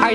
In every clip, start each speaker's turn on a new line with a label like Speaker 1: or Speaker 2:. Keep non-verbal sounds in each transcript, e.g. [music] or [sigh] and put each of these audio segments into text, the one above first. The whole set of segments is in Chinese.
Speaker 1: 爱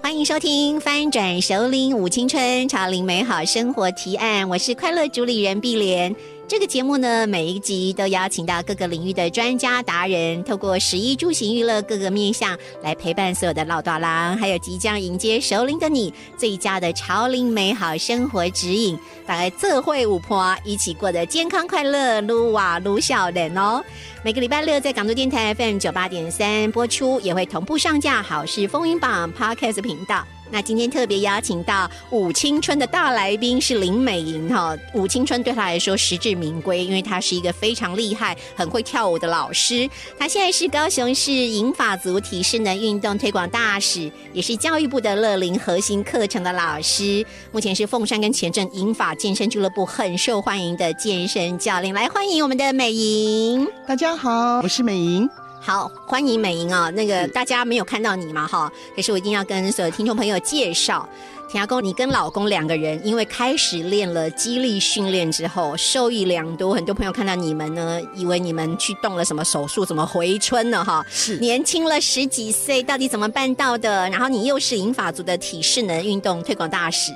Speaker 2: 欢迎收听《翻转首领舞青春潮林美好生活提案》，我是快乐主理人碧莲。这个节目呢，每一集都邀请到各个领域的专家达人，透过十一住行娱乐各个面向来陪伴所有的老大郎，还有即将迎接首领的你，最佳的潮林美好生活指引，大概这会五婆一起过得健康快乐，撸哇撸笑脸哦。每个礼拜六在港都电台 FM 九八点三播出，也会同步上架《好事风云榜》Podcast 频道。那今天特别邀请到舞青春的大来宾是林美莹哈，舞青春对她来说实至名归，因为她是一个非常厉害、很会跳舞的老师。她现在是高雄市银发族体适能运动推广大使，也是教育部的乐龄核心课程的老师。目前是凤山跟前镇银发健身俱乐部很受欢迎的健身教练。来欢迎我们的美莹。
Speaker 3: 大家好，我是美莹。
Speaker 2: 好，欢迎美莹啊、那个
Speaker 3: 嗯
Speaker 2: 大家没有看到你嘛哈，可是我一定要跟所有听众朋友介绍，田阿公，你跟老公两个人因为开始练了肌力训练之后，受益良多。很多朋友看到你们呢，以为你们去动了什么手术，怎么回春了哈？
Speaker 3: 是
Speaker 2: 年轻了十几岁，到底怎么办到的？然后你又是银发族的体适能运动推广大使，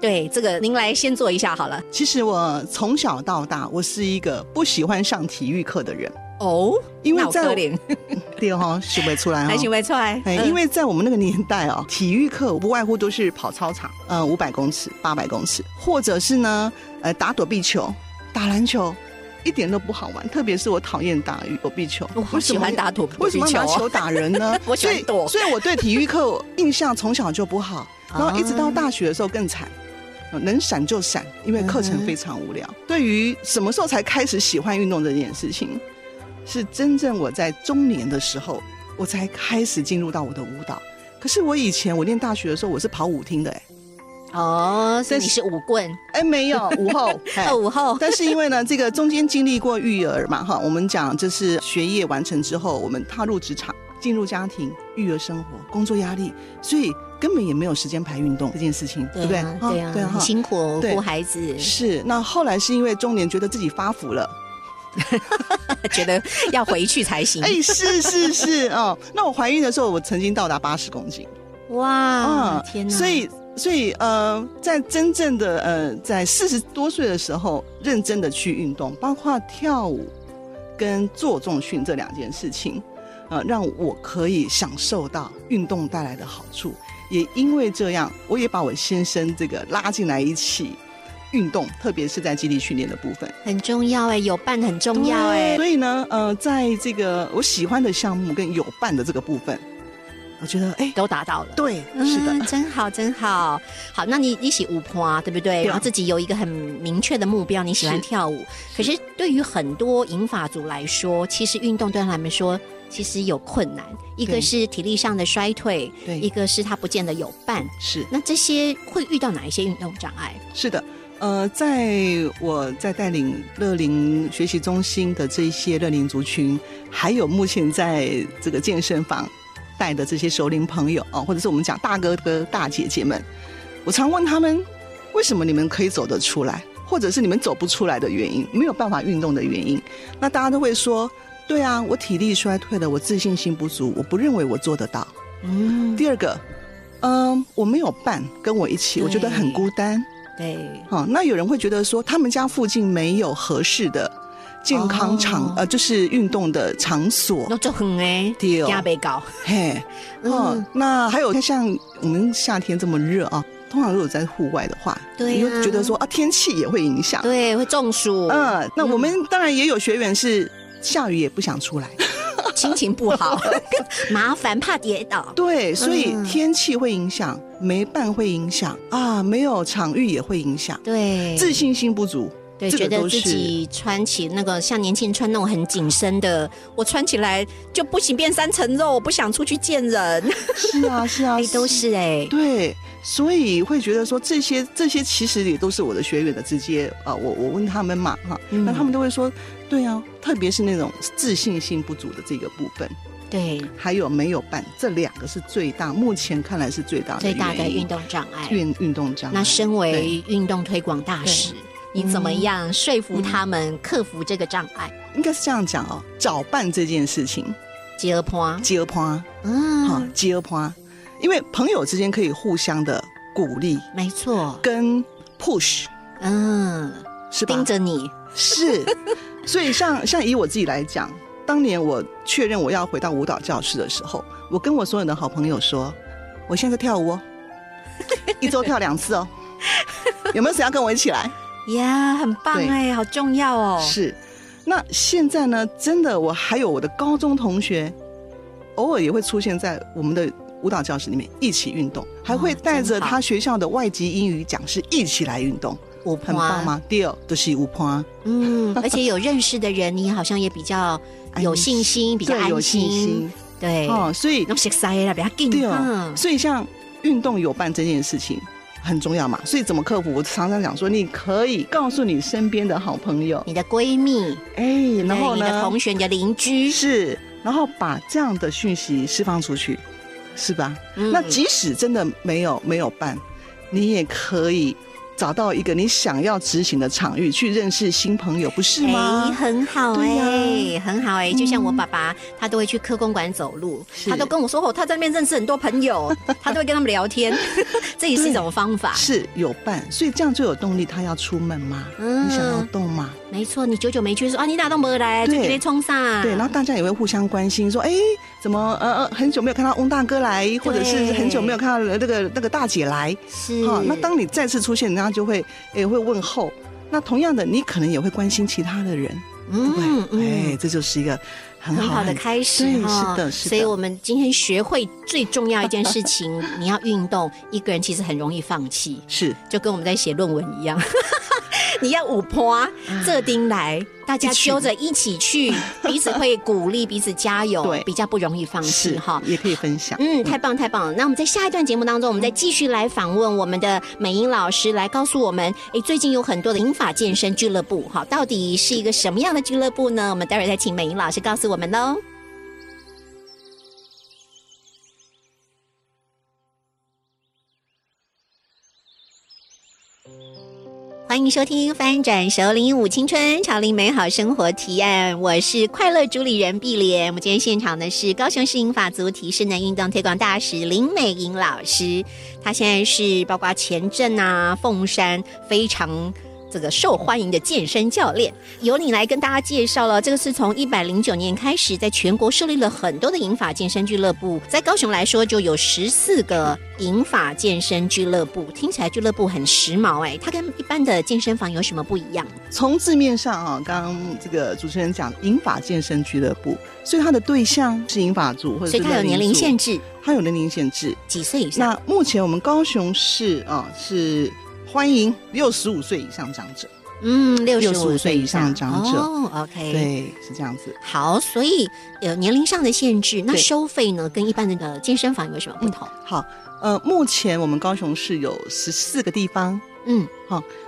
Speaker 2: 对这个您来先做一下好了。
Speaker 3: 其实我从小到大，我是一个不喜欢上体育课的人。
Speaker 2: 哦，
Speaker 3: 因为
Speaker 2: 那我
Speaker 3: 在
Speaker 2: 可
Speaker 3: 我
Speaker 2: 怜，
Speaker 3: 对哈、哦，学不出来哈、
Speaker 2: 还行
Speaker 3: 哦。
Speaker 2: 为出来，
Speaker 3: 哎，
Speaker 2: 嗯
Speaker 3: 因为在我们那个年代哦，体育课不外乎都是跑操场，呃，五百公尺、八百公尺，或者是呢，呃，打躲避球、打篮球，一点都不好玩。特别是我讨厌打躲避球，
Speaker 2: 我好喜欢打躲
Speaker 3: 为什
Speaker 2: 避
Speaker 3: 么
Speaker 2: 球
Speaker 3: 要拿
Speaker 2: 哦。？
Speaker 3: 球打人呢
Speaker 2: 我喜欢
Speaker 3: 所以
Speaker 2: 躲
Speaker 3: 所以 [laughs] 我对体育课印象从小就不好，然后一直到大学的时候更惨。能闪就闪，因为课程非常无聊。对于什么时候才开始喜欢运动这件事情，是真正我在中年的时候，我才开始进入到我的舞蹈。可是我以前我念大学的时候，我是跑舞厅的、欸，
Speaker 2: 哦，所以
Speaker 3: 但
Speaker 2: 你
Speaker 3: 是
Speaker 2: 是舞棍，
Speaker 3: 哎、没有午 [laughs] 后，哎
Speaker 2: 哦，午后，
Speaker 3: 但是因为呢，这个中间经历过育儿嘛，哈，我们讲就是学业完成之后，我们踏入职场，进入家庭，育儿生活，工作压力，所以根本也没有时间排运动这件事情，对不对？
Speaker 2: 啊，
Speaker 3: 哈
Speaker 2: 对啊，
Speaker 3: 对啊
Speaker 2: 很
Speaker 3: 哈
Speaker 2: 辛苦
Speaker 3: 对
Speaker 2: 顾孩子，
Speaker 3: 是，那后来是因为中年觉得自己发福了，
Speaker 2: [laughs] 觉得要回去才行。
Speaker 3: [laughs] 哎，是是是哦。那我怀孕的时候，我曾经到达八十公斤，
Speaker 2: 哇，啊天哪！
Speaker 3: 哦所以嗯所以呃，在真正的呃，在四十多岁的时候，认真的去运动，包括跳舞跟做重训这两件事情，呃，让我可以享受到运动带来的好处。也因为这样，我也把我先生这个拉进来一起运动，特别是在肌力训练的部分。
Speaker 2: 很重要哎，有伴很重要哎。
Speaker 3: 所以呢，呃，在这个我喜欢的项目跟有伴的这个部分，我觉得哎，
Speaker 2: 都达到了，
Speaker 3: 对，是的。
Speaker 2: 嗯真好，真好。好，那你一起舞团啊，对不对？
Speaker 3: 对
Speaker 2: 然后自己有一个很明确的目标，你喜欢
Speaker 3: 是
Speaker 2: 跳舞。可是对于很多银发族来说，其实运动对他们说其实有困难，一个
Speaker 3: 对
Speaker 2: 是体力上的衰退，
Speaker 3: 对
Speaker 2: 一个是他不见得有伴。
Speaker 3: 是
Speaker 2: 那这些会遇到哪一些运动障碍？
Speaker 3: 是的，呃，在我在带领乐龄学习中心的这一些乐龄族群，还有目前在这个健身房带的这些熟龄朋友哦，或者是我们讲大哥哥大姐姐们，我常问他们，为什么你们可以走得出来，或者是你们走不出来的原因，没有办法运动的原因，那大家都会说。对啊，我体力衰退了，我自信心不足，我不认为我做得到。
Speaker 2: 嗯，
Speaker 3: 第二个，嗯、我没有伴跟我一起，我觉得
Speaker 2: 对
Speaker 3: 很孤单。
Speaker 2: 对，
Speaker 3: 哦，那有人会觉得说，他们家附近没有合适的健康场，
Speaker 2: 哦
Speaker 3: 呃，就是运动的场所
Speaker 2: 那。就很哎，
Speaker 3: 对哦
Speaker 2: 加倍高，
Speaker 3: 嘿，哦，
Speaker 2: 嗯，
Speaker 3: 那还有像我们夏天这么热啊，通常如果在户外的话，
Speaker 2: 对
Speaker 3: 你就
Speaker 2: 啊
Speaker 3: 觉得说啊，天气也会影响。
Speaker 2: 对，会中暑，嗯，
Speaker 3: 嗯，那我们当然也有学员是下雨也不想出来，
Speaker 2: 嗯心情不好， [laughs] 麻烦怕跌倒，
Speaker 3: 对，所以
Speaker 2: 嗯
Speaker 3: 天气会影响，没伴会影响啊，没有场域也会影响，
Speaker 2: 对，
Speaker 3: 自信心不足，
Speaker 2: 对，
Speaker 3: 这个
Speaker 2: 觉得
Speaker 3: 都
Speaker 2: 自
Speaker 3: 是
Speaker 2: 己穿起那个像年轻人穿那种很紧身的，我穿起来就不行，变三层肉，我不想出去见人。
Speaker 3: 是啊，是啊
Speaker 2: 哎，，都是哎、
Speaker 3: 对，所以会觉得说这些这些其实也都是我的学员的直接啊，我我问他们嘛哈，
Speaker 2: 嗯
Speaker 3: 那他们都会说，对啊，特别是那种自信心不足的这个部分，
Speaker 2: 对，
Speaker 3: 还有没有办，这两个是最大，目前看来是最大的
Speaker 2: 最大的
Speaker 3: 原因
Speaker 2: 运动障碍。
Speaker 3: 运运动障碍。
Speaker 2: 那身为运动推广大使，
Speaker 3: 嗯
Speaker 2: 你怎么样说服他们克服这个障碍？
Speaker 3: 应该是这样讲哦，找伴这件事情，
Speaker 2: 结婚，
Speaker 3: 接趴哈
Speaker 2: 嗯，，
Speaker 3: 接趴，因为朋友之间可以互相的鼓励
Speaker 2: 没错，
Speaker 3: 跟 push，
Speaker 2: 嗯，
Speaker 3: 是吧？
Speaker 2: 盯着你，
Speaker 3: 是，所以像像以我自己来讲，当年我确认我要回到舞蹈教室的时候，我跟我所有的好朋友说，我现在在跳舞、哦，一周跳两次哦，有没有谁要跟我一起来？
Speaker 2: 呀，很棒
Speaker 3: 对
Speaker 2: 哎、好重要哦。
Speaker 3: 是，那现在呢？真的，我还有我的高中同学，偶尔也会出现在我们的舞蹈教室里面一起运动，还会
Speaker 2: 哦
Speaker 3: 带
Speaker 2: 真
Speaker 3: 着
Speaker 2: 好
Speaker 3: 他学校的外籍英语讲师一起来运动，
Speaker 2: 我
Speaker 3: 很棒？吗？第二就是舞趴，
Speaker 2: 嗯，而且有认识的人，你好像也比较有信心，比较
Speaker 3: [laughs] 对
Speaker 2: 安
Speaker 3: 有信心
Speaker 2: 心，对，
Speaker 3: 哦，所以
Speaker 2: 弄些塞啦，比较劲，
Speaker 3: 对哦
Speaker 2: 嗯，
Speaker 3: 所以像运动有伴这件事情很重要嘛，所以怎么克服？我常常讲说，你可以告诉你身边的好朋友，
Speaker 2: 你的闺蜜，
Speaker 3: 哎，然后
Speaker 2: 对你的
Speaker 3: 呢
Speaker 2: 同学、你的邻居，
Speaker 3: 是，然后把这样的讯息释放出去，是吧？
Speaker 2: 嗯
Speaker 3: 那即使真的没有没有伴，你也可以找到一个你想要执行的场域，去认识新朋友，不是
Speaker 2: 哎
Speaker 3: 吗？
Speaker 2: 很好哎、
Speaker 3: 对嗯
Speaker 2: 很好哎、就像我爸爸，他都会去科公馆走路，
Speaker 3: 是
Speaker 2: 他都跟我说哦，他在那边认识很多朋
Speaker 3: [laughs]
Speaker 2: 友，他都会跟他们聊天，这也是一种方法。
Speaker 3: 是有伴，所以这样就有动力。他要出门嘛，
Speaker 2: 嗯
Speaker 3: 你想要动嘛，
Speaker 2: 没错，你久久没去说啊，你哪都没来，就
Speaker 3: 对
Speaker 2: 直接冲上。
Speaker 3: 对，然后大家也会互相关心，说，哎，怎么呃呃，很久没有看到翁大哥来，或者是很久没有看到那个那个大姐来，
Speaker 2: 是、
Speaker 3: 哈、哦那当你再次出现，人家就会也会问候。那同样的，你可能也会关心其他的人，对不对？哎，这就是一个很
Speaker 2: 很嗯
Speaker 3: 好哎
Speaker 2: 好的开始
Speaker 3: 对，
Speaker 2: 哈
Speaker 3: 是的，是的。
Speaker 2: 所以我们今天学会最重要一件事情，你要运动，一个人其实很容易放弃，
Speaker 3: 是
Speaker 2: 就跟我们在写论文
Speaker 3: [laughs]
Speaker 2: 一样。你要五坡这丁来，大家
Speaker 3: 一起
Speaker 2: 揪着一起去，彼此会鼓励，彼此加油，
Speaker 3: 对
Speaker 2: 比较不容易放弃
Speaker 3: 是
Speaker 2: 哈。
Speaker 3: 也可以分享。
Speaker 2: 嗯，太棒太棒了！那我们在下一段节目当中，我们再继续来访问我们的美英老师，来告诉我们，诶，最近有很多的英法健身俱乐部，好，到底是一个什么样的俱乐部呢？我们待会儿再请美英老师告诉我们喽。欢迎收听《翻转首领舞青春潮领美好生活提案》，我是快乐主理人碧莲。我们今天现场的是高雄市英法足体适能运动推广大使林美莹老师，她现在是包括前镇啊、凤山非常。这个受欢迎的健身教练，由你来跟大家介绍了。这个是从一百零九年开始，在全国设立了很多的银法健身俱乐部，在高雄来说就有十四个银法健身俱乐部。听起来俱乐部很时髦哎、它跟一般的健身房有什么不一样？
Speaker 3: 从字面上啊，刚刚这个主持人讲银发健身俱乐部，所以它的对象是银发族或者
Speaker 2: 所
Speaker 3: 是
Speaker 2: 以它有年龄限
Speaker 3: 制，
Speaker 2: 制，
Speaker 3: 它有年龄限制。
Speaker 2: 几岁以上？
Speaker 3: 那目前我们高雄市啊是欢迎六十五岁以上长者，
Speaker 2: 嗯，六十五
Speaker 3: 65
Speaker 2: 岁以上
Speaker 3: 以上长者
Speaker 2: 哦，OK，。
Speaker 3: 对，是这样子。
Speaker 2: 好，所以有年龄上的限制，那
Speaker 3: 对
Speaker 2: 收费呢，跟一般的呃健身房有什么不同？
Speaker 3: 好，呃，目前我们高雄市有十四个地方
Speaker 2: 嗯，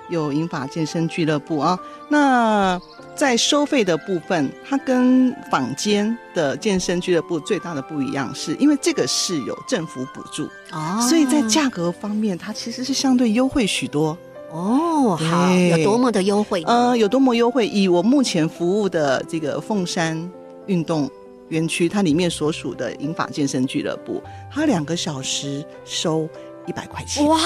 Speaker 3: 有银发健身俱乐部啊。那在收费的部分，它跟坊间的健身俱乐部最大的不一样是，因为这个是有政府补助，
Speaker 2: 哦，
Speaker 3: 所以在价格方面，它其实是相对优惠许多。
Speaker 2: 哦，好，有
Speaker 3: 对
Speaker 2: 多么的优惠呢？
Speaker 3: 呃，有多么优惠？以我目前服务的这个凤山运动园区，它里面所属的银发健身俱乐部，它两个小时收一百块钱。
Speaker 2: 哇，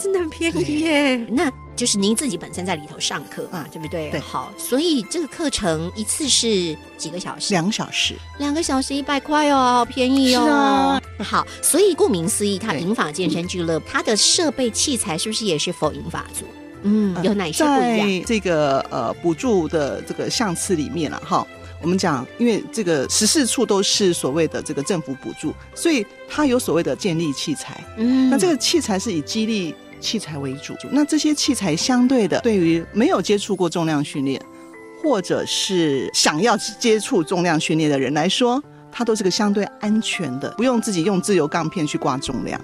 Speaker 2: 真的很便宜耶！那就是您自己本身在里头上课嘛，
Speaker 3: 嗯
Speaker 2: 对不对？
Speaker 3: 对
Speaker 2: 好，所以这个课程一次是几个小时？
Speaker 3: 两小时，
Speaker 2: 两个小时一百块哦，好便宜哦。
Speaker 3: 是啊，
Speaker 2: 好，所以顾名思义，它
Speaker 3: 对
Speaker 2: 银发健身俱乐部，它的设备器材是不是也是否银发族？嗯，有哪些不一样？
Speaker 3: 在这个呃补助的这个项次里面了、啊哈。我们讲，因为这个十四处都是所谓的这个政府补助，所以它有所谓的建立器材。
Speaker 2: 嗯
Speaker 3: 那这个器材是以激励器材为主。那这些器材相对的，对于没有接触过重量训练，或者是想要接触重量训练的人来说，它都是个相对安全的，不用自己用自由杠片去挂重量。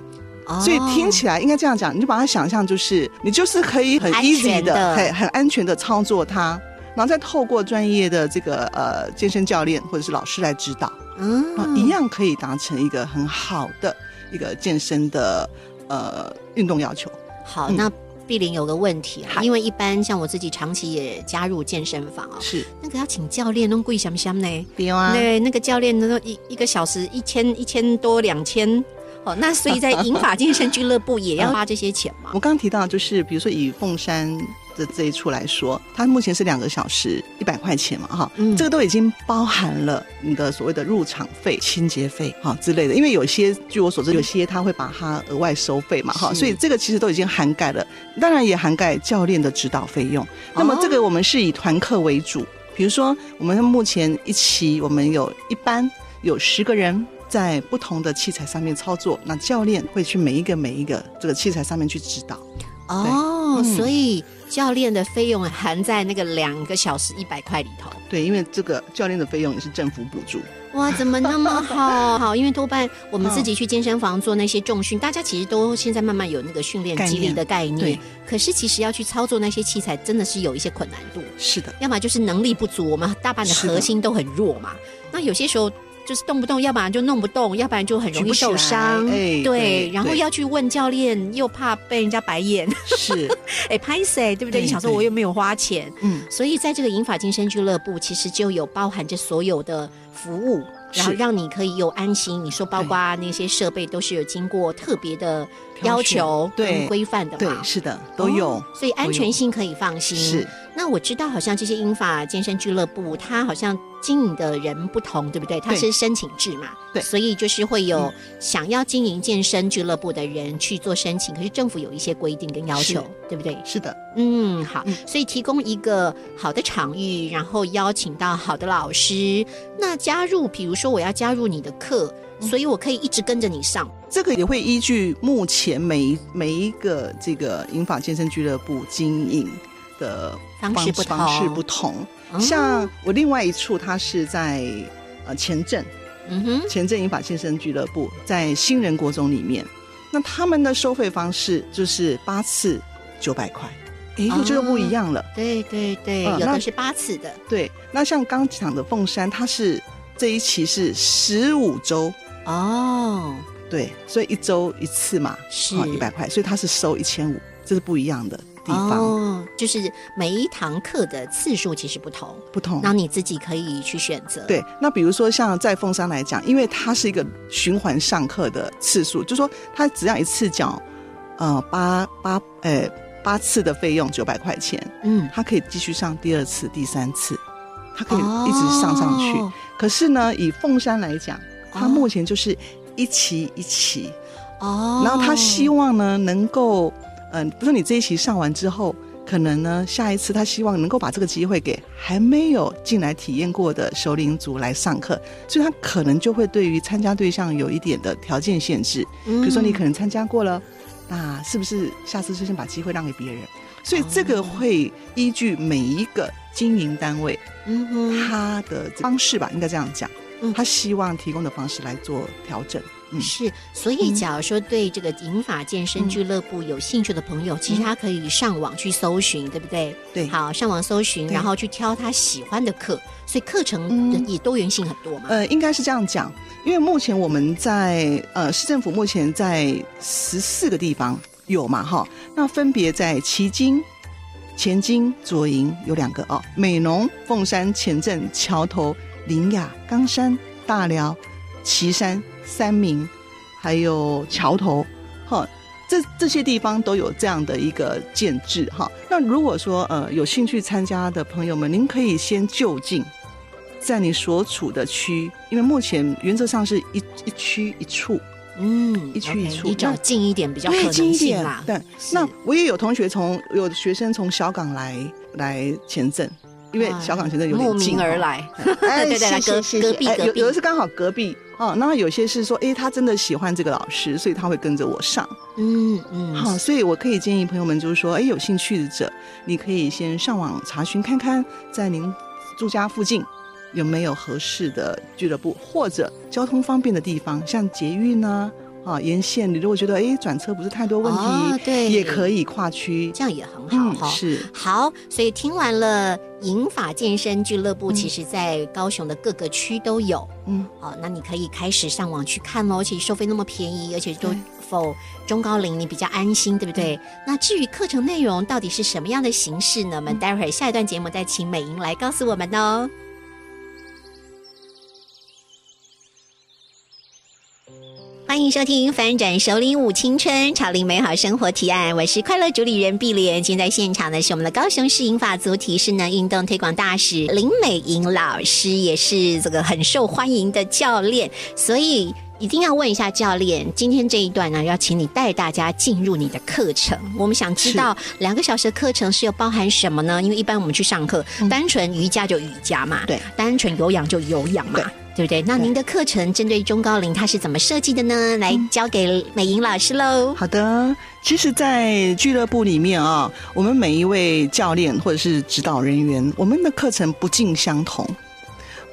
Speaker 2: 哦
Speaker 3: 所以听起来应该这样讲，你就把它想象就是你就是可以很
Speaker 2: 安
Speaker 3: easy
Speaker 2: 全的
Speaker 3: 的、很很安全的操作它，然后再透过专业的这个呃健身教练或者是老师来指导，啊，
Speaker 2: 嗯
Speaker 3: 一样可以达成一个很好的一个健身的呃运动要求。
Speaker 2: 好，
Speaker 3: 嗯
Speaker 2: 那碧玲有个问题啊，
Speaker 3: 嗨
Speaker 2: 因为一般像我自己长期也加入健身房哦，
Speaker 3: 是，
Speaker 2: 那个要请教练弄贵香香呢。
Speaker 3: 对啊
Speaker 2: 对，那个教练呢，一一个小时一千一千多两千，哦，那所以在银发健身俱乐部也要花这些钱嘛？
Speaker 3: 我刚刚提到就是，比如说以凤山的这一处来说，它目前是两个小时一百块钱嘛，哈，
Speaker 2: [laughs] 嗯
Speaker 3: 这个都已经包含了你的所谓的入场费、清洁费哈之类的，因为有些据我所知，有些他会把它额外收费嘛，哈，
Speaker 2: 是
Speaker 3: 所以这个其实都已经涵盖了，当然也涵盖教练的指导费用。那么这个我们是以团课为主，比如说我们目前一期我们有一班有十个人。在不同的器材上面操作，那教练会去每一个每一个这个器材上面去指导。
Speaker 2: 哦，
Speaker 3: 对嗯
Speaker 2: 所以教练的费用含在那个两个小时一百块里头。
Speaker 3: 对，因为这个教练的费用也是政府补助。
Speaker 2: 哇，怎么那么 [laughs] 好？好，因为多半我们自己去健身房做那些重训，大家其实都现在慢慢有那个训练
Speaker 3: 概
Speaker 2: 激
Speaker 3: 念
Speaker 2: 励的概念。
Speaker 3: 对
Speaker 2: 可是其实要去操作那些器材，真的是有一些困难度。
Speaker 3: 是的，
Speaker 2: 要么就是能力不足，我们大半的
Speaker 3: 是的
Speaker 2: 核心都很弱嘛。那有些时候就是动不动，要不然就弄不动，要不然就很容易受伤。
Speaker 3: 举不起来哎
Speaker 2: 对
Speaker 3: 对，
Speaker 2: 然后
Speaker 3: 对
Speaker 2: 要去问教练，又怕被人家白眼。
Speaker 3: 是，
Speaker 2: 哎，拍谁？对不对？
Speaker 3: 对
Speaker 2: 你想说
Speaker 3: 对
Speaker 2: 我又没有花钱，
Speaker 3: 嗯，
Speaker 2: 所以在这个银发健身俱乐部，其实就有包含着所有的服务，
Speaker 3: 是
Speaker 2: 然后让你可以有安心。你说包括那些设备都是有经过特别的要求
Speaker 3: 挑选对
Speaker 2: 跟规范的
Speaker 3: [laughs] 对，
Speaker 2: 嘛，
Speaker 3: 是的，都有。
Speaker 2: 哦所以安全性可以放心。
Speaker 3: 是，
Speaker 2: 那我知道，好像这些英法健身俱乐部，它好像经营的人不同，对不对？它是申请制嘛，
Speaker 3: 对
Speaker 2: 所以就是会有想要经营健身俱乐部的人去做申请，可是政府有一些规定跟要求
Speaker 3: 是，
Speaker 2: 对不对？
Speaker 3: 是的，
Speaker 2: 嗯，好
Speaker 3: 嗯，
Speaker 2: 所以提供一个好的场域，然后邀请到好的老师，那加入，比如说我要加入你的课，所以我可以一直跟着你上，
Speaker 3: 这个也会依据目前每一每一个这个英法健身俱乐部经营的
Speaker 2: 方式不同
Speaker 3: 方式不同。
Speaker 2: 嗯
Speaker 3: 像我另外一处，它是在呃前镇
Speaker 2: 嗯哼，
Speaker 3: 前镇英法健身俱乐部，在新人国中里面，那他们的收费方式就是八次九百块，哎，这就不一样了。
Speaker 2: 对对对，
Speaker 3: 嗯
Speaker 2: 有
Speaker 3: 那
Speaker 2: 的是八次的
Speaker 3: 对，那像刚讲的凤山，它是这一期是十五周，
Speaker 2: 哦，
Speaker 3: 对，所以一周一次嘛，
Speaker 2: 是
Speaker 3: 一百块，所以它是收一千五，这是不一样的地方，
Speaker 2: 哦，就是每一堂课的次数其实不同，
Speaker 3: 不同
Speaker 2: 然。后你自己可以去选择。，
Speaker 3: 嗯对，那比如说像在凤山来讲，因为它是一个循环上课的次数，就说它只要一次缴，呃，八八呃八次的费用九百块钱，
Speaker 2: 嗯，
Speaker 3: 它可以继续上第二次、第三次，它可以一直上上去。
Speaker 2: 哦
Speaker 3: 可是呢，以凤山来讲，
Speaker 2: 哦
Speaker 3: 它目前就是一期一期，
Speaker 2: 哦，
Speaker 3: 然后他希望呢能够，嗯、比如说你这一期上完之后，可能呢下一次他希望能够把这个机会给还没有进来体验过的首领族来上课，所以他可能就会对于参加对象有一点的条件限制，比
Speaker 2: 嗯，比
Speaker 3: 如说你可能参加过了，那是不是下次就先把机会让给别人？所以这个会依据每一个经营单位
Speaker 2: 嗯哼，
Speaker 3: 他的方式吧，应该这样讲
Speaker 2: 嗯，
Speaker 3: 他希望提供的方式来做调整。嗯，
Speaker 2: 是，所以
Speaker 3: 嗯
Speaker 2: 假如说对这个银发健身俱乐部有兴趣的朋友，其实他可以上网去搜寻，对不对？
Speaker 3: 嗯对
Speaker 2: 好，上网搜寻，
Speaker 3: 对
Speaker 2: 然后去挑他喜欢的课，所以课程
Speaker 3: 嗯
Speaker 2: 也多元性很多嘛。
Speaker 3: 呃，应该是这样讲，因为目前我们在呃市政府目前在十四个地方有嘛哈，那分别在旗津、前津、左营有两个哦，美浓、凤山、前镇、桥头、林雅、冈山、大寮、旗山、三明，还有桥头，哈。这这些地方都有这样的一个建制哈。那如果说呃有兴趣参加的朋友们，您可以先就近在你所处的区，因为目前原则上是一一区一处，
Speaker 2: 嗯，
Speaker 3: 一区一
Speaker 2: OK，
Speaker 3: 处
Speaker 2: 你找
Speaker 3: 那
Speaker 2: 近一点比较可
Speaker 3: 对，近
Speaker 2: 能
Speaker 3: 一
Speaker 2: 性
Speaker 3: 点
Speaker 2: 啦。
Speaker 3: 对，
Speaker 2: 是
Speaker 3: 那我也有同学从有学生从小港来来前镇，因为小港城镇有
Speaker 2: 慕
Speaker 3: 点近
Speaker 2: 名
Speaker 3: 哦
Speaker 2: 而。来，
Speaker 3: 哎，
Speaker 2: [laughs] 对对对
Speaker 3: 谢谢
Speaker 2: 隔
Speaker 3: 谢
Speaker 2: 隔
Speaker 3: 谢
Speaker 2: 壁
Speaker 3: 哎
Speaker 2: 隔
Speaker 3: 有
Speaker 2: 壁
Speaker 3: 有的是刚好隔壁哦，那有些是说，哎，他真的喜欢这个老师，所以他会跟着我上。
Speaker 2: 嗯嗯，
Speaker 3: 好，所以我可以建议朋友们，就是说，哎，有兴趣者，你可以先上网查询看看，在您住家附近有没有合适的俱乐部，或者交通方便的地方，像捷运呢、啊，沿线，你如果觉得哎转车不是太多问题，
Speaker 2: 哦对
Speaker 3: 也可以跨区。嗯
Speaker 2: 这样也很好哈、
Speaker 3: 是。
Speaker 2: 好，所以听完了银发健身俱乐部，其实在高雄的各个区都有。
Speaker 3: 嗯，
Speaker 2: 好，那你可以开始上网去看喽，而且收费那么便宜，而且都
Speaker 3: 对嗯
Speaker 2: 否中高龄，你比较安心，对不对？那至于课程内容到底是什么样的形式呢？我
Speaker 3: 嗯
Speaker 2: 们待会儿下一段节目再请美莹来告诉我们哦。欢迎收听《翻转首领舞青春，潮领美好生活提案》，我是快乐主理人碧莲。今天在现场呢是我们的高雄市银发足体适能运动推广大使林美莹老师，也是这个很受欢迎的教练，所以。一定要问一下教练，今天这一段呢，要请你带大家进入你的课程。我们想知道两个小时的课程是有包含什么呢？因为一般我们去上课，单纯瑜伽就瑜伽嘛，
Speaker 3: 对
Speaker 2: 单纯有氧就有氧嘛对
Speaker 3: 对，
Speaker 2: 不对？那
Speaker 3: 对
Speaker 2: 您的课程针对中高龄，它是怎么设计的呢？来交给美莹老师喽。
Speaker 3: 好的，其实，在俱乐部里面啊、我们每一位教练或者是指导人员，我们的课程不尽相同，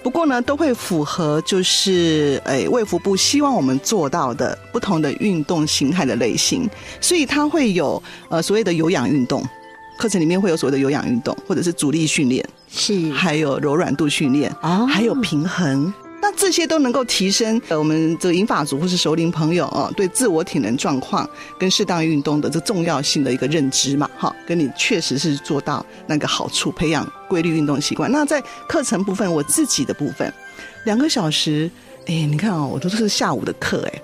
Speaker 3: 不过呢，都会符合就是诶卫福部希望我们做到的不同的运动形态的类型，所以它会有呃所谓的有氧运动。课程里面会有所谓的有氧运动，或者是阻力训练，
Speaker 2: 是
Speaker 3: 还有柔软度训练，
Speaker 2: 哦
Speaker 3: 还有平衡。那这些都能够提升呃我们这个银发族或是熟龄朋友哦，对自我体能状况跟适当运动的这重要性的一个认知嘛，哈，跟你确实是做到那个好处，培养规律运动习惯。那在课程部分，我自己的部分，两个小时，哎，你看哦，我都是下午的课，哎，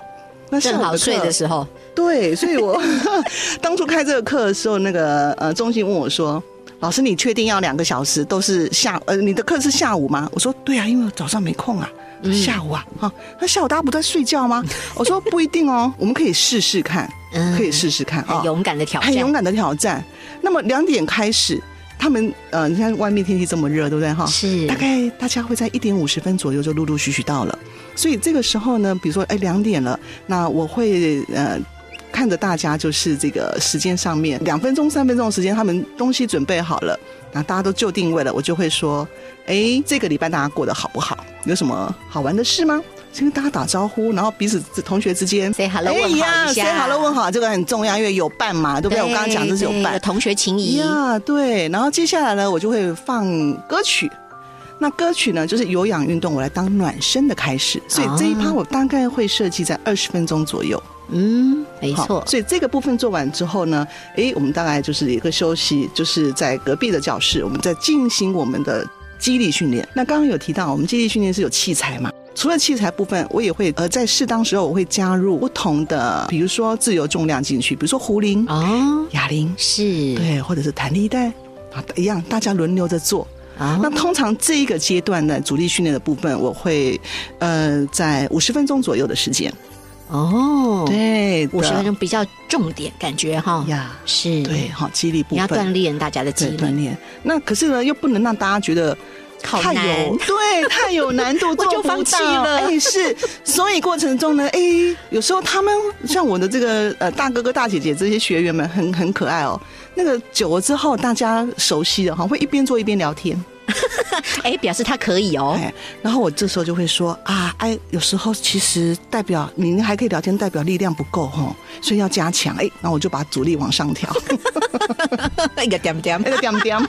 Speaker 3: 那下午
Speaker 2: 正
Speaker 3: 的
Speaker 2: 好
Speaker 3: 课
Speaker 2: 睡的时候，
Speaker 3: 对，所以 [laughs] 我当初开这个课的时候，那个呃，中信问我说：“老师，你确定要两个小时都是下呃，你的课是下午吗？”我说：“对啊，因为我早上没空啊，下午啊，哈、那下午大家不在睡觉吗？” [laughs] 我说：“不一定哦，我们可以试试看，
Speaker 2: 嗯
Speaker 3: 可以试试看啊。
Speaker 2: 很勇敢的挑
Speaker 3: 很勇
Speaker 2: 战，
Speaker 3: 敢的挑战。那么两点开始，他们呃，你看外面天气这么热，对不对哈？
Speaker 2: 是
Speaker 3: 大概大家会在一点五十分左右就陆陆续续到了。所以这个时候呢，比如说哎两点了，那我会呃。看着大家，就是这个时间上面两分钟、三分钟的时间，他们东西准备好了，那大家都就定位了，我就会说：“哎，这个礼拜大家过得好不好？有什么好玩的事吗？”先跟大家打招呼，然后彼此同学之间
Speaker 2: Say hello，问好一下
Speaker 3: s a y 哎 hello 问好，这个很重要，因为有伴嘛，对不对？我刚刚讲这是有
Speaker 2: 对
Speaker 3: 伴哎
Speaker 2: 有，同学情谊，
Speaker 3: 呀对。然后接下来呢，我就会放歌曲。那歌曲呢，就是有氧运动，我来当暖身的开始。所以这一趴
Speaker 2: 啊
Speaker 3: 我大概会设计在二十分钟左右。
Speaker 2: 嗯，没
Speaker 3: 好
Speaker 2: 错，
Speaker 3: 所以这个部分做完之后呢，诶，我们大概就是一个休息，就是在隔壁的教室，我们在进行我们的肌力训练。那刚刚有提到，我们肌力训练是有器材嘛？除了器材部分，我也会呃在适当时候我会加入不同的，比如说自由重量进去，比如说壶铃、
Speaker 2: 哦，
Speaker 3: 哑铃，
Speaker 2: 是，
Speaker 3: 对，或者是弹力带啊，一样，大家轮流着做。
Speaker 2: 啊
Speaker 3: 那通常这一个阶段的主力训练的部分，我会呃在五十分钟左右的时间。
Speaker 2: 哦，，
Speaker 3: 对的，
Speaker 2: 五十分钟比较重点，感觉哈，
Speaker 3: 呀。
Speaker 2: 是，
Speaker 3: 对，，好，激励部
Speaker 2: 你要锻
Speaker 3: 分。
Speaker 2: 炼大家的肌
Speaker 3: 对锻
Speaker 2: 力，
Speaker 3: 炼，那可是呢，又不能让大家觉得
Speaker 2: 好
Speaker 3: 太
Speaker 2: 难 [laughs]
Speaker 3: 有对太有难度，
Speaker 2: 就
Speaker 3: 做不
Speaker 2: 放弃
Speaker 3: 到
Speaker 2: 了
Speaker 3: 哎，
Speaker 2: [laughs]
Speaker 3: 是，所以过程中呢，哎，有时候他们像我的这个呃大哥哥大姐姐这些学员们很很可爱哦。那个久了之后，大家熟悉了哈，会一边做一边聊天。
Speaker 2: 哎，表示他可以
Speaker 3: [laughs]
Speaker 2: 哦，
Speaker 3: 哎，然后我这时候就会说啊，哎，有时候其实代表您还可以聊天，代表力量不够哈，所以要加强。哎，然后我就把阻力往上 [laughs] 调，
Speaker 2: 一个点点
Speaker 3: 哎，就哎点点，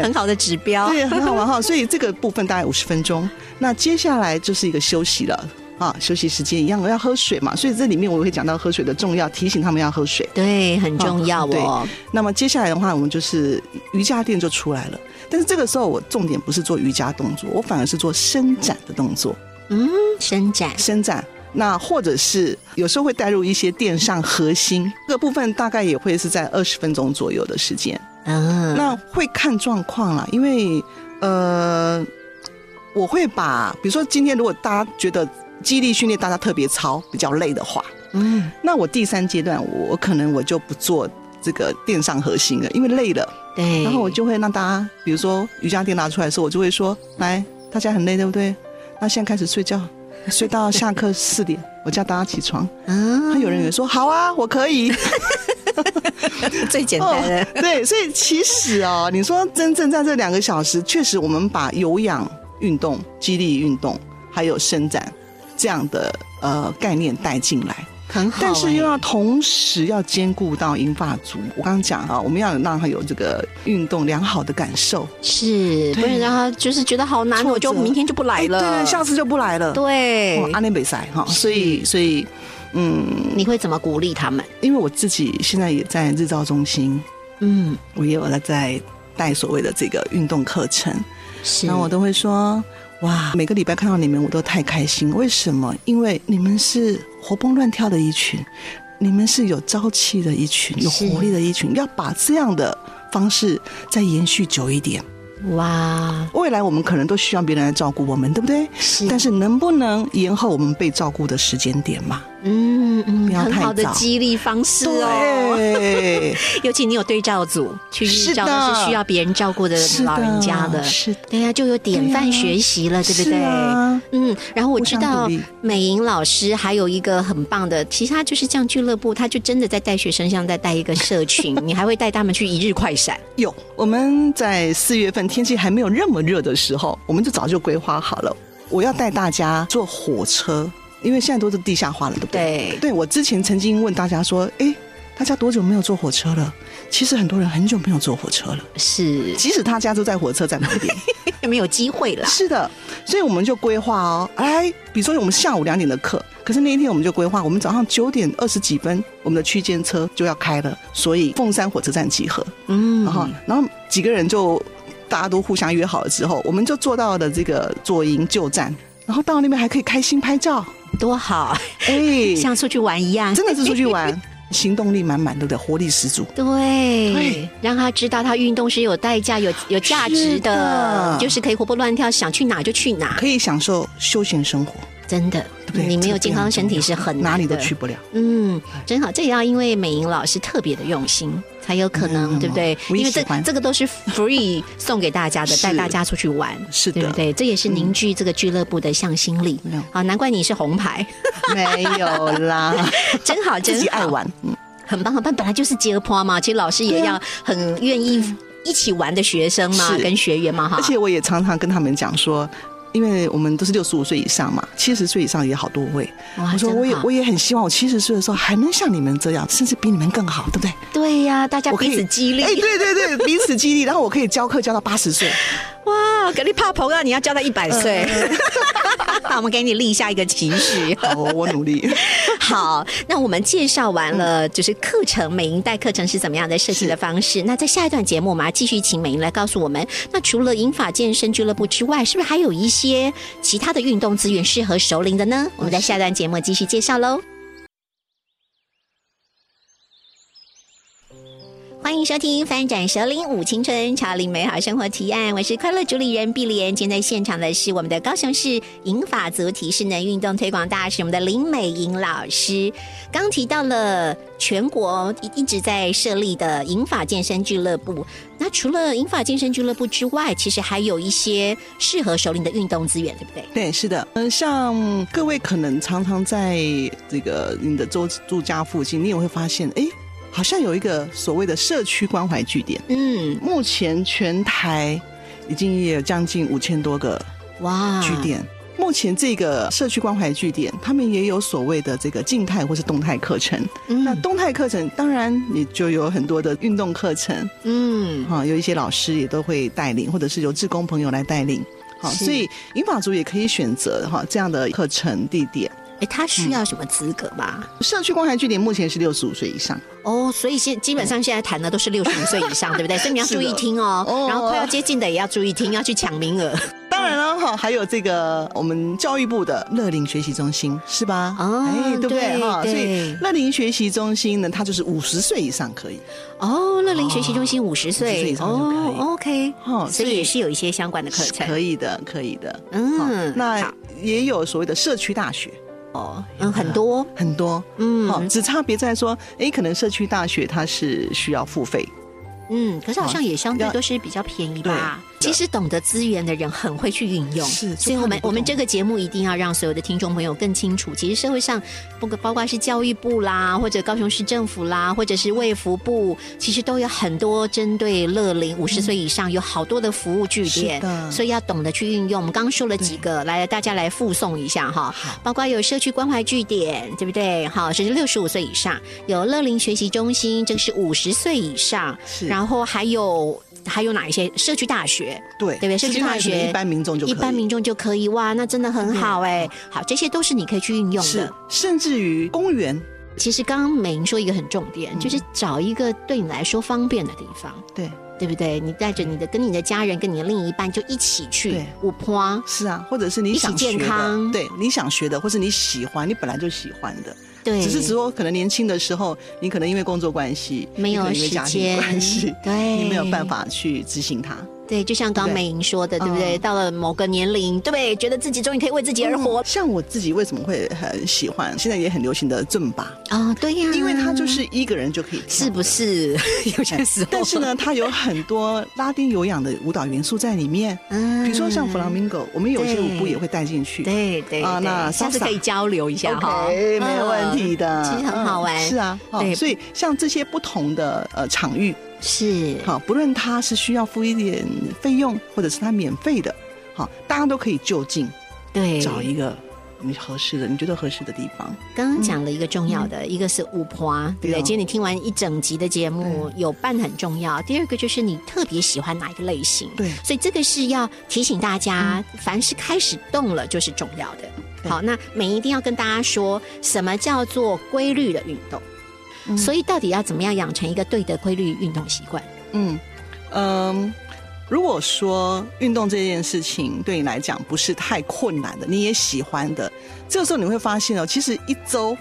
Speaker 2: [laughs] 很好的指标，
Speaker 3: [laughs] 对，很好玩哈。所以这个部分大概五十分钟，那接下来就是一个休息了啊，休息时间一样要喝水嘛，所以这里面我会讲到喝水的重要，提醒他们要喝水。
Speaker 2: 对，很重要哦
Speaker 3: 对。那么接下来的话，我们就是瑜伽垫就出来了。但是这个时候，我重点不是做瑜伽动作，我反而是做伸展的动作。
Speaker 2: 嗯，伸展
Speaker 3: 伸展。那或者是有时候会带入一些电上核心这个部分，大概也会是在二十分钟左右的时间。
Speaker 2: 嗯，
Speaker 3: 那会看状况啦，因为呃，我会把比如说今天如果大家觉得肌力训练大家特别操比较累的话，
Speaker 2: 嗯
Speaker 3: 那我第三阶段我我可能我就不做这个垫上核心了，因为累了。
Speaker 2: 对，
Speaker 3: 然后我就会让大家，比如说瑜伽垫拿出来的时候，我就会说：“来，大家很累，对不对？那现在开始
Speaker 2: [laughs]
Speaker 3: 睡觉，睡到下课四点，我叫大家起床。”
Speaker 2: 啊
Speaker 3: 那，有人也说：“好啊，我可
Speaker 2: [laughs]
Speaker 3: 以。
Speaker 2: 最简”
Speaker 3: 哦
Speaker 2: 单的，，
Speaker 3: 对，所以其实哦，你说真正在这两个小时，确实我们把有氧运动、肌力运动还有伸展这样的呃概念带进来。
Speaker 2: 很好哎。
Speaker 3: 但是又要同时要兼顾到银发族，我刚刚讲啊，我们要让他有这个运动良好的感受，
Speaker 2: 是，不
Speaker 3: 对
Speaker 2: 能让他就是觉得好难，
Speaker 3: 挫
Speaker 2: 我啊就
Speaker 3: 折
Speaker 2: 明天就不来了。
Speaker 3: 哎对对，下次就不来了。
Speaker 2: 对
Speaker 3: 哦，阿内北塞哈，所以所以嗯，
Speaker 2: 你会怎么鼓励他们？
Speaker 3: 因为我自己现在也在日照中心，
Speaker 2: 嗯，
Speaker 3: 我也有在带所谓的这个运动课程，
Speaker 2: 是，
Speaker 3: 然后我都会说。哇，每个礼拜看到你们，我都太开心。为什么？因为你们是活蹦乱跳的一群，你们是有朝气的一群，有
Speaker 2: 是
Speaker 3: 活力的一群。要把这样的方式再延续久一点。
Speaker 2: 哇，
Speaker 3: 未来我们可能都需要别人来照顾我们，对不对？
Speaker 2: 是，
Speaker 3: 但是能不能延后我们被照顾的时间点嘛？
Speaker 2: 嗯嗯，
Speaker 3: 不要
Speaker 2: 很
Speaker 3: 太
Speaker 2: 好的
Speaker 3: 早
Speaker 2: 激励方式哦。 [laughs]
Speaker 3: 对，
Speaker 2: 尤其你有对照组去日
Speaker 3: 是
Speaker 2: 照，
Speaker 3: 的
Speaker 2: 那是需要别人照顾的
Speaker 3: 是
Speaker 2: 老人家的。
Speaker 3: 是的，
Speaker 2: 对呀、就有典范
Speaker 3: 对啊
Speaker 2: 学习了，对不
Speaker 3: 是
Speaker 2: 对？
Speaker 3: 啊
Speaker 2: 嗯，然后我
Speaker 3: 互
Speaker 2: 知
Speaker 3: 相
Speaker 2: 道
Speaker 3: 鼓励
Speaker 2: 美莹老师还有一个很棒的，其实他就是这样俱乐部，他就真的在带学生，像在带一个社群，你还会带他们去一日快闪。
Speaker 3: 有我们在四月份天气还没有那么热的时候，我们就早就规划好了，我要带大家坐火车，因为现在都是地下化了，对不 [laughs] 对？
Speaker 2: 对，
Speaker 3: 对，我之前曾经问大家说，诶，大家多久没有坐火车了？其实很多人很久没有坐火车了，
Speaker 2: 是
Speaker 3: 即使他家住在火车站旁边，
Speaker 2: 没有机会啦。
Speaker 3: 是的，所以我们就规划哦，哎，比如说我们下午两点的课，可是那一天我们就规划，我们早上九点二十几分，我们的区间车就要开了，所以凤山火车站集合，
Speaker 2: 嗯，
Speaker 3: 然后然后几个人就大家都互相约好了之后，我们就坐到了这个左营旧站，然后到那边还可以开心拍照，
Speaker 2: 多好，[laughs]
Speaker 3: 哎，
Speaker 2: 像出去玩一样。[laughs]
Speaker 3: 真的是出去玩，行动力满满，对不对？活力十足。
Speaker 2: 对，
Speaker 3: 对
Speaker 2: 让他知道他运动是有代价、有有价值
Speaker 3: 是的
Speaker 2: 就是可以活蹦乱跳，想去哪就去哪，
Speaker 3: 可以享受休闲生活，
Speaker 2: 真的，
Speaker 3: 对不对？
Speaker 2: 嗯你没有
Speaker 3: 这
Speaker 2: 健
Speaker 3: 个非常
Speaker 2: 康身体
Speaker 3: 重要
Speaker 2: 是很
Speaker 3: 哪
Speaker 2: 难
Speaker 3: 里都
Speaker 2: 的
Speaker 3: 去不了。
Speaker 2: 嗯，
Speaker 3: 哎
Speaker 2: 真好，这也要因为美莹老师特别的用心，才有可能，
Speaker 3: 嗯
Speaker 2: 对不对？
Speaker 3: 我也
Speaker 2: 因为这
Speaker 3: 喜欢
Speaker 2: 这个都是 free 送给大家的，
Speaker 3: 是
Speaker 2: 带大家出去玩，
Speaker 3: 是的嗯
Speaker 2: 对不对？这也是凝聚这个俱乐部的向心力
Speaker 3: 没有。
Speaker 2: 好，难怪你是红
Speaker 3: [laughs]
Speaker 2: 牌，
Speaker 3: [laughs] 没有啦，
Speaker 2: 真好，
Speaker 3: 自
Speaker 2: 真
Speaker 3: 己
Speaker 2: 好
Speaker 3: 爱玩，嗯，
Speaker 2: 很棒很棒，本来就是接坡嘛，其实老师也要很愿意一起玩的学生嘛，
Speaker 3: 啊嗯是
Speaker 2: 跟学员嘛哈。
Speaker 3: 而且我也常常跟他们讲说。因为我们都是六十五岁以上嘛，七十岁以上也好多位。
Speaker 2: 哇
Speaker 3: 我说
Speaker 2: 真
Speaker 3: 我也
Speaker 2: 好
Speaker 3: 我也很希望我七十岁的时候还能像你们这样，甚至比你们更好，对不对？
Speaker 2: 对呀、大家
Speaker 3: 我可
Speaker 2: 彼
Speaker 3: 以
Speaker 2: 此激励。
Speaker 3: 哎，对对对，彼此激励，然后我可以教课教到八十岁。
Speaker 2: 哇，格力怕鹏啊，你要教到一百岁。
Speaker 3: 嗯
Speaker 2: [laughs] 我们给你立下一个期许。
Speaker 3: 好，我努力。 [laughs]
Speaker 2: [laughs] 好，那我们介绍完了，就是课程美英带课程是怎么样的设计的方式。那在下一段节目，我们要继续请美英来告诉我们，那除了英法健身俱乐部之外，是不是还有一些其他的运动资源适合熟龄的呢？我们在下段节目继续介绍喽。欢迎收听《翻转蛇龄舞青春潮龄美好生活提案》，我是快乐主理人碧莲。今天在现场的是我们的高雄市银法族体适能运动推广大使，我们的林美莹老师。刚提到了全国一一直在设立的银法健身俱乐部，那除了银法健身俱乐部之外，其实还有一些适合首领的运动资源，对不对？
Speaker 3: 对，是的，嗯，像各位可能常常在这个你的周住家附近，你也会发现，哎，好像有一个所谓的社区关怀据点。
Speaker 2: 嗯，
Speaker 3: 目前全台已经也有将近五千多个
Speaker 2: 哇，
Speaker 3: 据点。目前这个社区关怀据点，他们也有所谓的这个静态或是动态课程。那
Speaker 2: 嗯
Speaker 3: 动态课程，当然你就有很多的运动课程，
Speaker 2: 嗯，
Speaker 3: 哈、有一些老师也都会带领，或者是由志工朋友来带领。好，
Speaker 2: 是
Speaker 3: 所以银发族也可以选择哈这样的课程地点。
Speaker 2: 哎，他
Speaker 3: 嗯
Speaker 2: 需要什么资格吗？
Speaker 3: 社区关怀据点目前是六十五岁以上，
Speaker 2: 哦，所以现基本上现在谈的都是六十五岁以上，
Speaker 3: [laughs]
Speaker 2: 对不对？所以你要
Speaker 3: 是
Speaker 2: 注
Speaker 3: 的
Speaker 2: 意听哦，
Speaker 3: 哦
Speaker 2: 然后快要接近的也要注意听，要去抢名额
Speaker 3: 当然
Speaker 2: 哦
Speaker 3: 了哈，还有这个我们教育部的乐龄学习中心是吧？
Speaker 2: 哦
Speaker 3: 哎，对不对哈？
Speaker 2: 对
Speaker 3: 所
Speaker 2: 对
Speaker 3: 以乐龄学习中心呢，它就是五十岁以上可以。
Speaker 2: 哦。乐龄学习中心五十
Speaker 3: 50岁
Speaker 2: 岁
Speaker 3: 以上就可以
Speaker 2: 哦，OK，
Speaker 3: 哦
Speaker 2: 所
Speaker 3: 所以
Speaker 2: 以也是有一些相关的课
Speaker 3: 是
Speaker 2: 程，
Speaker 3: 可以的，可以的。
Speaker 2: 嗯
Speaker 3: 嗯，
Speaker 2: 好
Speaker 3: 那也有所谓的社区大学，哦，
Speaker 2: 嗯，很多，
Speaker 3: 很多。哦，
Speaker 2: 嗯
Speaker 3: 只差别在说，哎，可能社区大学它是需要付费，
Speaker 2: 嗯，可是好像也相对
Speaker 3: 啊要
Speaker 2: 都是比较便宜吧。
Speaker 3: 对
Speaker 2: 其实懂得资源的人很会去运用，
Speaker 3: 是
Speaker 2: 所以
Speaker 3: 就怕
Speaker 2: 我们
Speaker 3: 你不
Speaker 2: 我们
Speaker 3: 懂
Speaker 2: 这个节目一定要让所有的听众朋友更清楚，其实社会上不过包括是教育部啦，或者高雄市政府啦，或者是卫福部，其实都有很多针对乐龄五十岁以上有好多的服务据点
Speaker 3: 嗯是，的
Speaker 2: 所以要懂得去运用。我们刚刚说了几个，来大家来附送一下哈，包括有社区关怀据点，对不对？好，甚至六十五岁以上有乐龄学习中心，这个是五十岁以上，
Speaker 3: 是
Speaker 2: 然后还有还有哪一些社区大学？
Speaker 3: 对
Speaker 2: 对不对？社区大
Speaker 3: 可能
Speaker 2: 学
Speaker 3: 一般民众就可以嗯
Speaker 2: 一般民众就可以哇，那真的很好哎、好，这些都是你可以去运用
Speaker 3: 是
Speaker 2: 的。，
Speaker 3: 甚至于公园，
Speaker 2: 其实刚刚美莹说一个很重点，
Speaker 3: 嗯
Speaker 2: 就是找一个对你来说方便的地方，
Speaker 3: 对，
Speaker 2: 对不对？你带着你的跟你的家人跟你的另一半就一起去
Speaker 3: 对
Speaker 2: 五坡，
Speaker 3: 是啊，或者是你
Speaker 2: 一起
Speaker 3: 想学
Speaker 2: 健康
Speaker 3: 的，对，你想学的，或是你喜欢，你本来就喜欢的，
Speaker 2: 对，
Speaker 3: 只是说可能年轻的时候，你可能因为工作关系，
Speaker 2: 没有
Speaker 3: 你可能因为
Speaker 2: 时
Speaker 3: 家庭
Speaker 2: 间
Speaker 3: 关系，
Speaker 2: 对
Speaker 3: 你没有办法去执行它。
Speaker 2: 对，就像刚刚
Speaker 3: 对
Speaker 2: 美莹说的，对不对？
Speaker 3: 嗯
Speaker 2: 到了某个年龄，对不对？觉得自己终于可以为自己而活
Speaker 3: 嗯像我自己为什么会很喜欢，现在也很流行的尊巴，
Speaker 2: 啊、对呀、
Speaker 3: 因为它就是一个人就可以跳，
Speaker 2: 是不是 [laughs] 有些时候？
Speaker 3: 但是，呢，它有很多拉丁有氧的舞蹈元素在里面，
Speaker 2: 嗯
Speaker 3: 比如说像弗朗明哥，我们有些舞步
Speaker 2: 对
Speaker 3: 也会带进去。
Speaker 2: 对对
Speaker 3: 啊
Speaker 2: 对
Speaker 3: 那
Speaker 2: 下次
Speaker 3: salsa
Speaker 2: 可以交流一下哈
Speaker 3: OK，没
Speaker 2: 嗯
Speaker 3: 有问题的，
Speaker 2: 其实很好玩，
Speaker 3: 嗯是啊，
Speaker 2: 对
Speaker 3: 哦，所以像这些不同的呃场域，
Speaker 2: 是
Speaker 3: 好，不论它是需要付一点费用，或者是它免费的，好，大家都可以就近
Speaker 2: 对，
Speaker 3: 找一个你合适的，你觉得合适的地方。
Speaker 2: 刚刚讲了一个重要的，一个是五婆，对不
Speaker 3: 嗯对
Speaker 2: 对？
Speaker 3: 啊
Speaker 2: 今天你听完一整集的节目，有伴很重要。第二个就是你特别喜欢哪一个类型，
Speaker 3: 对嗯
Speaker 2: 所以这个是要提醒大家，凡是开始动了就是重要的。
Speaker 3: 对
Speaker 2: 好，那美一定要跟大家说，什么叫做规律的运动？
Speaker 3: 嗯
Speaker 2: 所以到底要怎么样养成一个对的规律运动习惯？
Speaker 3: 嗯嗯，如果说运动这件事情对你来讲不是太困难的，你也喜欢的，这个时候你会发现哦，其实一周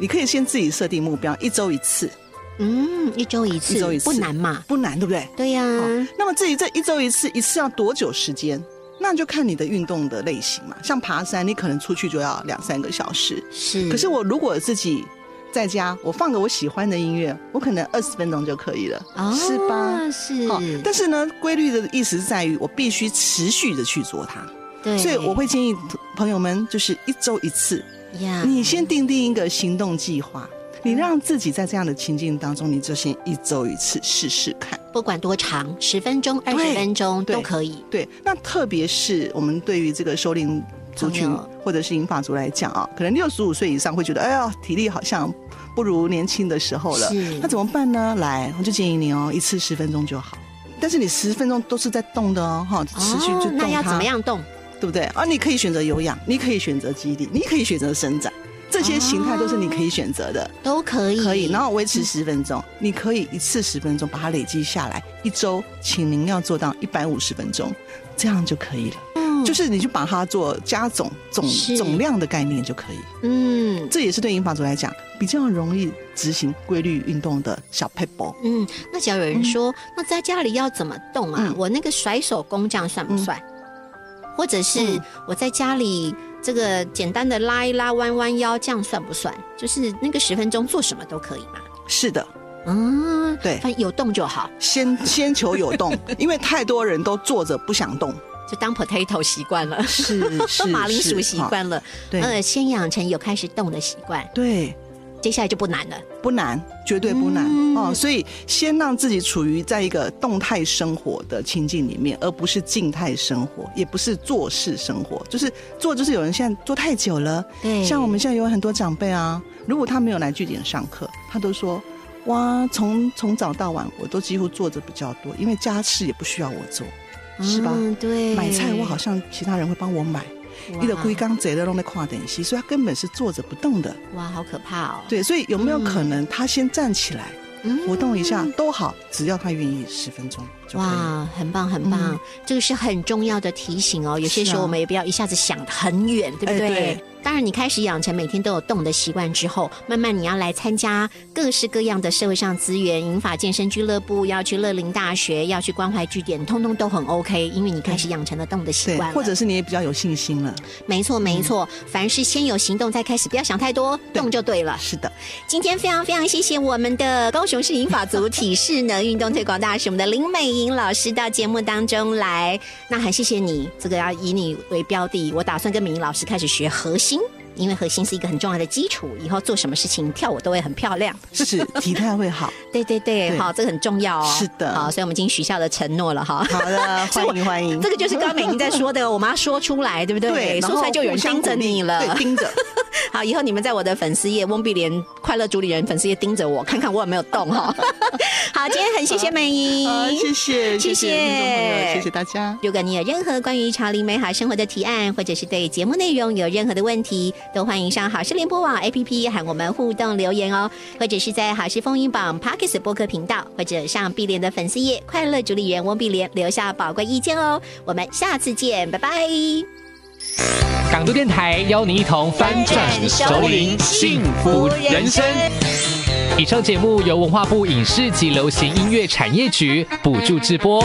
Speaker 3: 你可以先自己设定目标，一周一次，
Speaker 2: 嗯，一周一次，
Speaker 3: 一周一次
Speaker 2: 不难嘛？
Speaker 3: 不难，对不对？
Speaker 2: 对呀、
Speaker 3: 哦那么至于这一周一次，一次要多久时间？那就看你的运动的类型嘛。像爬山，你可能出去就要两三个小时。
Speaker 2: 是。
Speaker 3: 可是我如果自己在家，我放个我喜欢的音乐，我可能二十分钟就可以了，
Speaker 2: 哦，
Speaker 3: 是吧？？
Speaker 2: 是，
Speaker 3: 好，但是呢，规律的意思是在于我必须持续的去做它，
Speaker 2: 对，
Speaker 3: 所以我会建议朋友们就是一周一次，
Speaker 2: 呀，
Speaker 3: 你先定定一个行动计划，你让自己在这样的情境当中，你就先一周一次试试看。
Speaker 2: 不管多长，十分钟、二十
Speaker 3: 对
Speaker 2: 分钟
Speaker 3: 对
Speaker 2: 都可以。
Speaker 3: 对，那特别是我们对于这个首领族群
Speaker 2: 朋友
Speaker 3: 或者是银发族来讲啊，可能六十五岁以上会觉得，哎呀，体力好像不如年轻的时候了
Speaker 2: 是，
Speaker 3: 那怎么办呢？来，我就建议你哦，一次十分钟就好。但是你十分钟都是在动的哦，哈，持续去
Speaker 2: 哦
Speaker 3: 动它，
Speaker 2: 那要怎么样动？
Speaker 3: 对不对？啊，你可以选择有氧，你可以选择肌力，你可以选择伸展，这些形态都是你可以选择的，
Speaker 2: 都可以，
Speaker 3: 可以。嗯然后维持十分钟，你可以一次十分钟把它累积下来，一周，请您要做到一百五十分钟，这样就可以了。
Speaker 2: 嗯
Speaker 3: 就是你去把它做加总总
Speaker 2: 是
Speaker 3: 总量的概念就可以，
Speaker 2: 嗯。
Speaker 3: 这也是对银发族来讲比较容易执行规律运动的小 p e b
Speaker 2: 嗯，那只要有人说，那在家里要怎么动啊？
Speaker 3: 嗯
Speaker 2: 我那个甩手功这样算不算？或者是
Speaker 3: 嗯
Speaker 2: 我在家里这个简单的拉一拉、弯弯腰，这样算不算？就是那个十分钟做什么都可以嘛。
Speaker 3: 是的，
Speaker 2: 嗯，
Speaker 3: 对
Speaker 2: 反正有动就好，
Speaker 3: 先 [laughs] 先求有动，因为太多人都坐着不想动，
Speaker 2: 就当 potato 习惯了，
Speaker 3: 是是 [laughs]
Speaker 2: 当 [laughs] 马铃薯
Speaker 3: 是
Speaker 2: 习
Speaker 3: 好
Speaker 2: 惯了。
Speaker 3: 对
Speaker 2: 呃，先养成有开始动的习惯，
Speaker 3: 嗯对，
Speaker 2: 接下来就不难了。
Speaker 3: 不难，绝对不难、
Speaker 2: 嗯
Speaker 3: 哦。所以先让自己处于在一个动态生活的情境里面，而不是静态生活，也不是坐式生活。就是坐，就是有人现在坐太久了，
Speaker 2: 对
Speaker 3: 像我们现在有很多长辈啊，如果他没有来据点上课，他都说。哇，从从早到晚我都几乎坐着比较多，因为家事也不需要我做，是吧？
Speaker 2: 嗯，对，嗯
Speaker 3: 买菜我好像其他人会帮我买，一个
Speaker 2: 哇
Speaker 3: 龟缸贼的弄在跨点西，所以他根本是坐着不动的。
Speaker 2: 哇，好可怕哦！，
Speaker 3: 对，所以有没有可能他先站起来
Speaker 2: 嗯
Speaker 3: 活动一下都好，只要他愿意十分钟就可以了。
Speaker 2: 哇，很棒很棒、
Speaker 3: 嗯
Speaker 2: 这个是很重要的提醒哦。有些
Speaker 3: 是啊
Speaker 2: 时候我们也不要一下子想得很远，对不
Speaker 3: 哎
Speaker 2: 对？
Speaker 3: 对
Speaker 2: 当然，你开始养成每天都有动的习惯之后，慢慢你要来参加各式各样的社会上资源，银发健身俱乐部，要去乐龄大学，要去关怀据点，通通都很 OK，因为你开始养成了动的习
Speaker 3: 对
Speaker 2: 惯，了。
Speaker 3: 或者是你也比较有信心了。
Speaker 2: 没错没错，凡事先有行动再开始，不要想太多，
Speaker 3: 对
Speaker 2: 动就嗯对了。
Speaker 3: 是的，
Speaker 2: 今天非常非常谢谢我们的高雄市银法组体适能运动推广大使，我们的林美莹老师到节目当中来。那很谢谢你，这个要以你为标的，我打算跟美莹老师开始学核心，因为核心是一个很重要的基础，以后做什么事情跳舞都会很漂亮。
Speaker 3: 是体态会好。
Speaker 2: 对对对，
Speaker 3: 对
Speaker 2: 好，这个很重要哦。
Speaker 3: 是的
Speaker 2: 好，所以我们已经许下了承诺了 [laughs] 哈。
Speaker 3: 好的，欢迎欢
Speaker 2: [laughs]
Speaker 3: 迎
Speaker 2: 这。个就是刚刚美莹在
Speaker 3: [laughs]
Speaker 2: 说的，我们要说出来，对不对？
Speaker 3: 然
Speaker 2: 说
Speaker 3: 后
Speaker 2: 出来就有人
Speaker 3: 互相
Speaker 2: 盯着
Speaker 3: 鼓励
Speaker 2: 你了。
Speaker 3: 对，
Speaker 2: [laughs]
Speaker 3: 盯着。
Speaker 2: 好，以后你们在我的粉丝页“翁碧莲快乐主理人”粉丝页盯着我，看看我有没有动
Speaker 3: [laughs]
Speaker 2: 哈。好，今天很谢谢美莹。
Speaker 3: 好，呃谢谢，
Speaker 2: 谢谢
Speaker 3: 谢谢听众朋友，谢谢大家。
Speaker 2: 如果你有任何关于潮林美好生活的提案，或者是对节目内容有任何的问题，都欢迎上好事联播网 APP 和我们互动留言哦，或者是在好事风云榜 Pockets 播客频道，或者上碧莲的粉丝页“快乐主理人翁碧莲”留下宝贵意见哦。我们下次见，拜拜。
Speaker 1: 港都电台邀您一同翻转
Speaker 4: 熟龄幸福人生。
Speaker 1: 以上节目由文化部影视及流行音乐产业局补助直播。